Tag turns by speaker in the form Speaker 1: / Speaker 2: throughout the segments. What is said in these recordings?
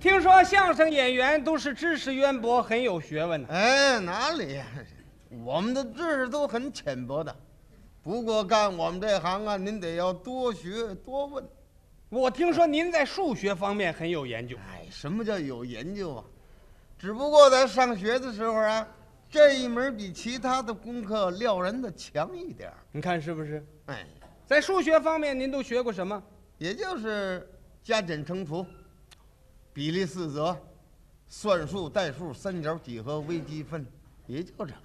Speaker 1: 听说相声演员都是知识渊博、很有学问的。
Speaker 2: 哎，哪里？我们的知识都很浅薄的，不过干我们这行啊，您得要多学多问。
Speaker 1: 我听说您在数学方面很有研究，
Speaker 2: 哎，什么叫有研究啊？只不过在上学的时候啊，这一门比其他的功课撩人的强一点儿。
Speaker 1: 你看是不是？
Speaker 2: 哎，
Speaker 1: 在数学方面，您都学过什么？
Speaker 2: 也就是加减乘除、比例四则、算术、代数、三角几何、微积分，也就这个。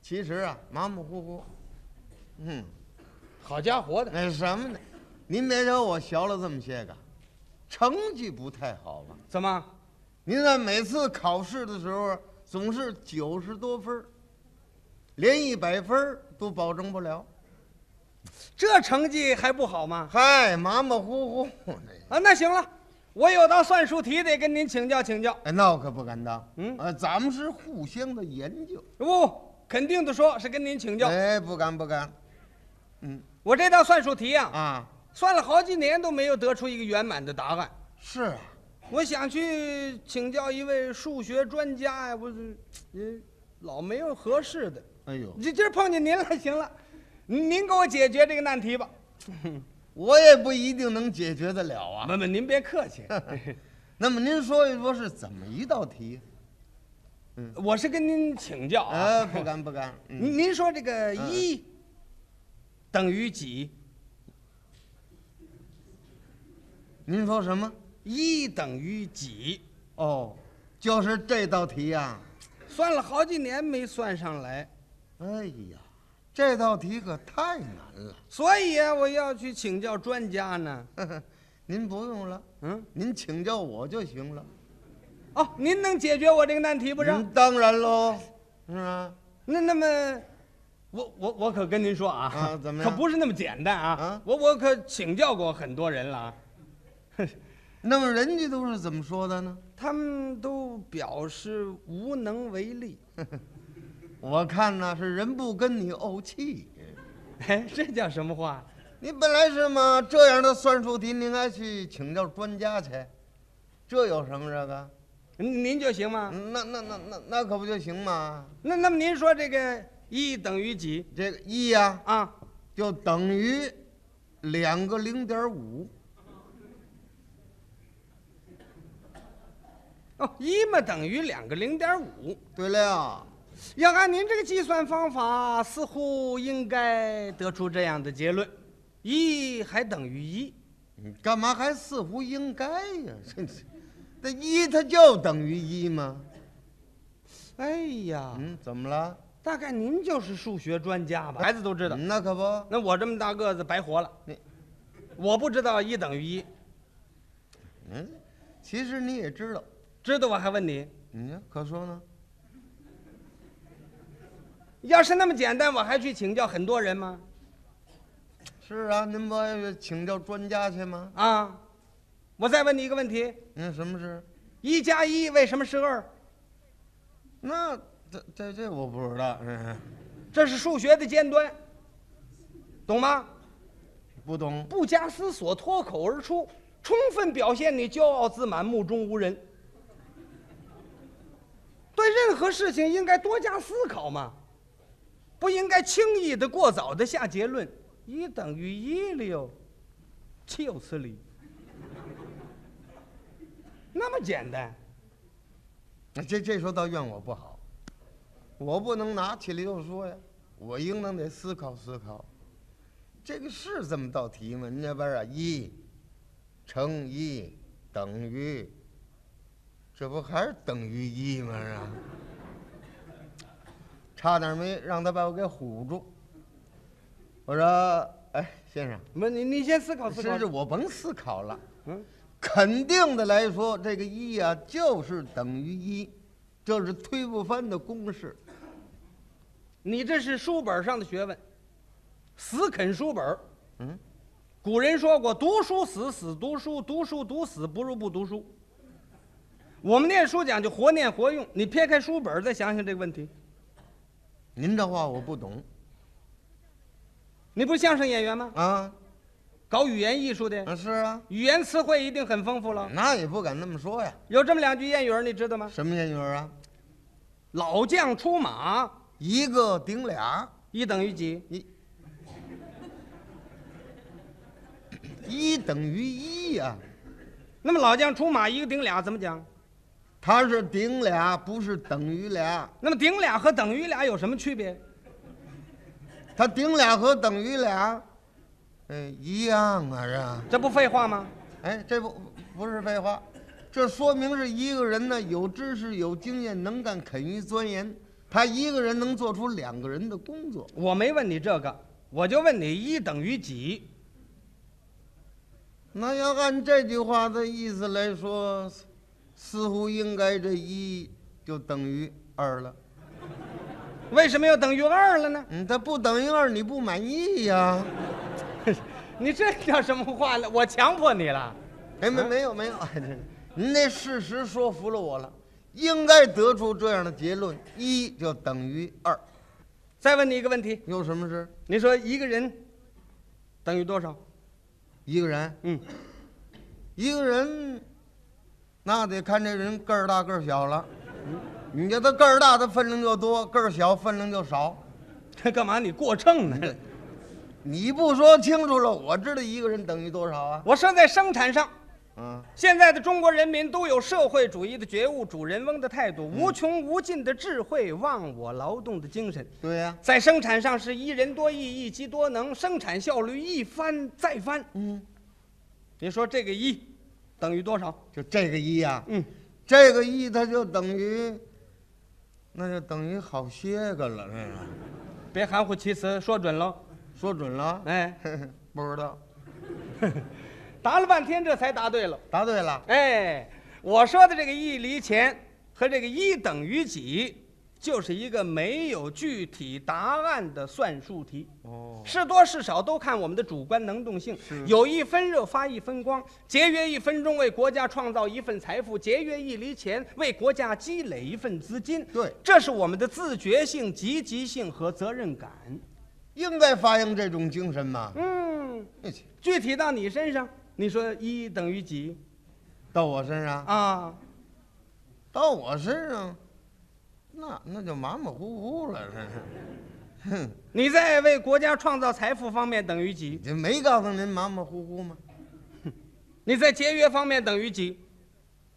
Speaker 2: 其实啊，马马虎虎。嗯，
Speaker 1: 好家伙的，
Speaker 2: 那什么呢？您别瞧我学了这么些个，成绩不太好吧？
Speaker 1: 怎么？
Speaker 2: 您看每次考试的时候总是九十多分儿连一百分儿都保证不了。
Speaker 1: 这成绩还不好吗？
Speaker 2: 嗨，马马虎虎这。
Speaker 1: 啊，那行了，我有道算术题得跟您请教请教。
Speaker 2: 哎，那我可不敢当。
Speaker 1: 嗯
Speaker 2: 呃，咱们是互相的研究。
Speaker 1: 不、肯定的说是跟您请教。
Speaker 2: 哎，不敢不敢。嗯
Speaker 1: 我这道算术题呀、
Speaker 2: 啊，
Speaker 1: 算了好几年都没有得出一个圆满的答案。
Speaker 2: 是啊，
Speaker 1: 我想去请教一位数学专家呀，我这也老没有合适的。
Speaker 2: 哎呦，
Speaker 1: 这今儿碰见您了，行了，您给我解决这个难题吧。
Speaker 2: 我也不一定能解决得了啊。
Speaker 1: 不不，您别客 气，
Speaker 2: 那么您说一说是怎么一道题？
Speaker 1: 我是跟您请教啊。
Speaker 2: 哎，不敢不敢。嗯，
Speaker 1: 您您说这个
Speaker 2: 嗯
Speaker 1: 一等于几？
Speaker 2: 您说什么？
Speaker 1: 一等于几？
Speaker 2: 哦，就是这道题啊呀、
Speaker 1: 算了好几年没算上来，
Speaker 2: 哎呀，这道题可太难了。
Speaker 1: 所以啊，我要去请教专家呢。
Speaker 2: 呵呵 您不用了，
Speaker 1: 嗯，
Speaker 2: 您请教我就行了。
Speaker 1: 哦，您能解决我这个难题不
Speaker 2: 不
Speaker 1: 是？
Speaker 2: 当然喽，是吧？
Speaker 1: 那那么，我我我可跟您说啊，
Speaker 2: 啊怎么
Speaker 1: 可
Speaker 2: 样
Speaker 1: 不是那么简单啊！
Speaker 2: 啊
Speaker 1: 我我可请教过很多人了啊，
Speaker 2: 那么人家都是怎么说的呢？
Speaker 1: 他们都表示无能为力。
Speaker 2: 我看呢是人不跟你怄气。
Speaker 1: 哎，这叫什么话？
Speaker 2: 你本来是嘛这样的算术题，你应该去请教专家去，这有什么这个？
Speaker 1: 您嗯您就行吗？
Speaker 2: 那那那那那可不就行吗？
Speaker 1: 那那么您说这个一等于几
Speaker 2: 这个一呀、
Speaker 1: 啊？
Speaker 2: 就等于两个零点五。
Speaker 1: 哦，一嘛等于两个零点五。
Speaker 2: 对了，
Speaker 1: 要按您这个计算方法，似乎应该得出这样的结论：一还等于一。
Speaker 2: 你干嘛还似乎应该呀、 真是，那一它就等于一吗？
Speaker 1: 哎呀，
Speaker 2: 嗯，怎么了？
Speaker 1: 大概您就是数学专家吧？孩子都知道。
Speaker 2: 嗯那可不，
Speaker 1: 那我这么大个子白活了。
Speaker 2: 你
Speaker 1: 我不知道一等于一，
Speaker 2: 嗯，其实你也知道，
Speaker 1: 知道我还问你，
Speaker 2: 你呀可说呢？
Speaker 1: 要是那么简单，我还去请教很多人吗？
Speaker 2: 是啊，您不还是请教专家去吗？
Speaker 1: 啊，我再问你一个问题：
Speaker 2: 那嗯什么事？
Speaker 1: 一加一为什么是二？
Speaker 2: 那这这这我不知道， 嗯，
Speaker 1: 这是数学的尖端，懂吗？
Speaker 2: 不懂。
Speaker 1: 不加思索，脱口而出，充分表现你骄傲自满、目中无人。对任何事情应该多加思考嘛，不应该轻易的、过早的下结论。一等于一六，岂有此理？ 那么简单，
Speaker 2: 这这时候倒怨我不好，我不能拿起来就说呀，我应当得思考思考，这个是这么道题吗？您这边啊，一乘一等于，这不还是等于一吗？是吧？差点没让他把我给唬住。我说，哎，先生，
Speaker 1: 不，你你先思考思考
Speaker 2: 是。是，我甭思考了。
Speaker 1: 嗯，
Speaker 2: 肯定的来说，这个一呀、就是等于一，这是推不翻的公式。
Speaker 1: 你这是书本上的学问，死啃书本儿
Speaker 2: 嗯，
Speaker 1: 古人说过：“读书死，死读书，读书读死，不如不读书。”我们念书讲究活念活用，你撇开书本儿再想想这个问题。
Speaker 2: 您这话我不懂
Speaker 1: 你不是相声演员吗？
Speaker 2: 啊，
Speaker 1: 搞语言艺术的，
Speaker 2: 啊，是啊，
Speaker 1: 语言词汇一定很丰富了。
Speaker 2: 那也不敢那么说呀。
Speaker 1: 有这么两句谚语儿，你知道吗？
Speaker 2: 什么谚语儿啊？
Speaker 1: 老将出马，
Speaker 2: 一个顶俩，
Speaker 1: 一等于几？
Speaker 2: 一一等于一呀、
Speaker 1: 那么老将出马，一个顶俩怎么讲？
Speaker 2: 它是顶俩，不是等于俩。
Speaker 1: 那么顶俩和等于俩有什么区别？
Speaker 2: 它顶俩和等于俩，嗯，一样啊是。
Speaker 1: 这不废话吗？
Speaker 2: 哎，这不不是废话，这说明是一个人呢有知识、有经验、能干、肯于钻研。他一个人能做出两个人的工作，
Speaker 1: 我没问你这个，我就问你一等于几？
Speaker 2: 那要按这句话的意思来说，似似乎应该这一就等于二了。
Speaker 1: 为什么要等于二了呢？
Speaker 2: 嗯，它不等于二，你不满意呀？
Speaker 1: 你这叫什么话呢？我强迫你了。
Speaker 2: 哎，没没有没有， 哎，这个您那事实说服了我了，应该得出这样的结论：一就等于二。
Speaker 1: 再问你一个问题，
Speaker 2: 有什么事？
Speaker 1: 你说一个人等于多少？
Speaker 2: 一个人，
Speaker 1: 嗯，
Speaker 2: 一个人，那得看这人个儿大个儿小了。你叫他个儿大，他分量就多；个儿小，分量就少。
Speaker 1: 这干嘛你过秤呢？
Speaker 2: 你不说清楚了，我知道一个人等于多少啊？
Speaker 1: 我说在生产上，
Speaker 2: 嗯，
Speaker 1: 现在的中国人民都有社会主义的觉悟、主人翁的态度、无穷无尽的智慧、忘我劳动的精神。
Speaker 2: 对呀、
Speaker 1: 在生产上是一人多艺，一机多能，生产效率一翻再翻。
Speaker 2: 嗯，
Speaker 1: 你说这个一等于多少？
Speaker 2: 就这个一呀、啊
Speaker 1: 嗯，
Speaker 2: 这个一它就等于，那就等于好些个了，那个。
Speaker 1: 别含糊其辞，说准喽。
Speaker 2: 说准了？
Speaker 1: 哎，
Speaker 2: 不知道，
Speaker 1: 答了半天，这才答对了。
Speaker 2: 答对了。
Speaker 1: 哎，我说的这个一厘钱和这个一等于几，就是一个没有具体答案的算术题。
Speaker 2: 哦，
Speaker 1: 是多是少都看我们的主观能动性
Speaker 2: 是，
Speaker 1: 有一分热发一分光，节约一分钟为国家创造一份财富，节约一厘钱为国家积累一份资金。
Speaker 2: 对
Speaker 1: 这是我们的自觉性、积极性和责任感。
Speaker 2: 应该发扬这种精神嘛。哎
Speaker 1: 嗯，
Speaker 2: 一起
Speaker 1: 具体到你身上，你说一等于几
Speaker 2: 到我身上，
Speaker 1: 啊？
Speaker 2: 到我身上，那那就马马虎虎了，这是。哼，
Speaker 1: 你在为国家创造财富方面等于几？
Speaker 2: 这没告诉您马马虎虎吗？
Speaker 1: 你在节约方面等于几？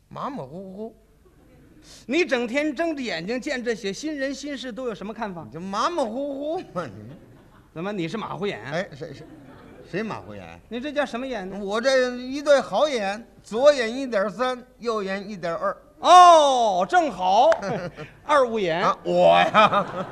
Speaker 2: 马马虎虎，
Speaker 1: 你整天睁着眼睛见这些新人新事都有什么看法
Speaker 2: 你？就马马虎虎嘛。你
Speaker 1: 怎么你是马虎眼？啊
Speaker 2: 哎，谁谁谁马虎眼？啊
Speaker 1: 你这叫什么眼呢？
Speaker 2: 我这一对好眼，左眼一点三，右眼一点二
Speaker 1: 哦，正好，二五眼。
Speaker 2: 啊啊，我呀。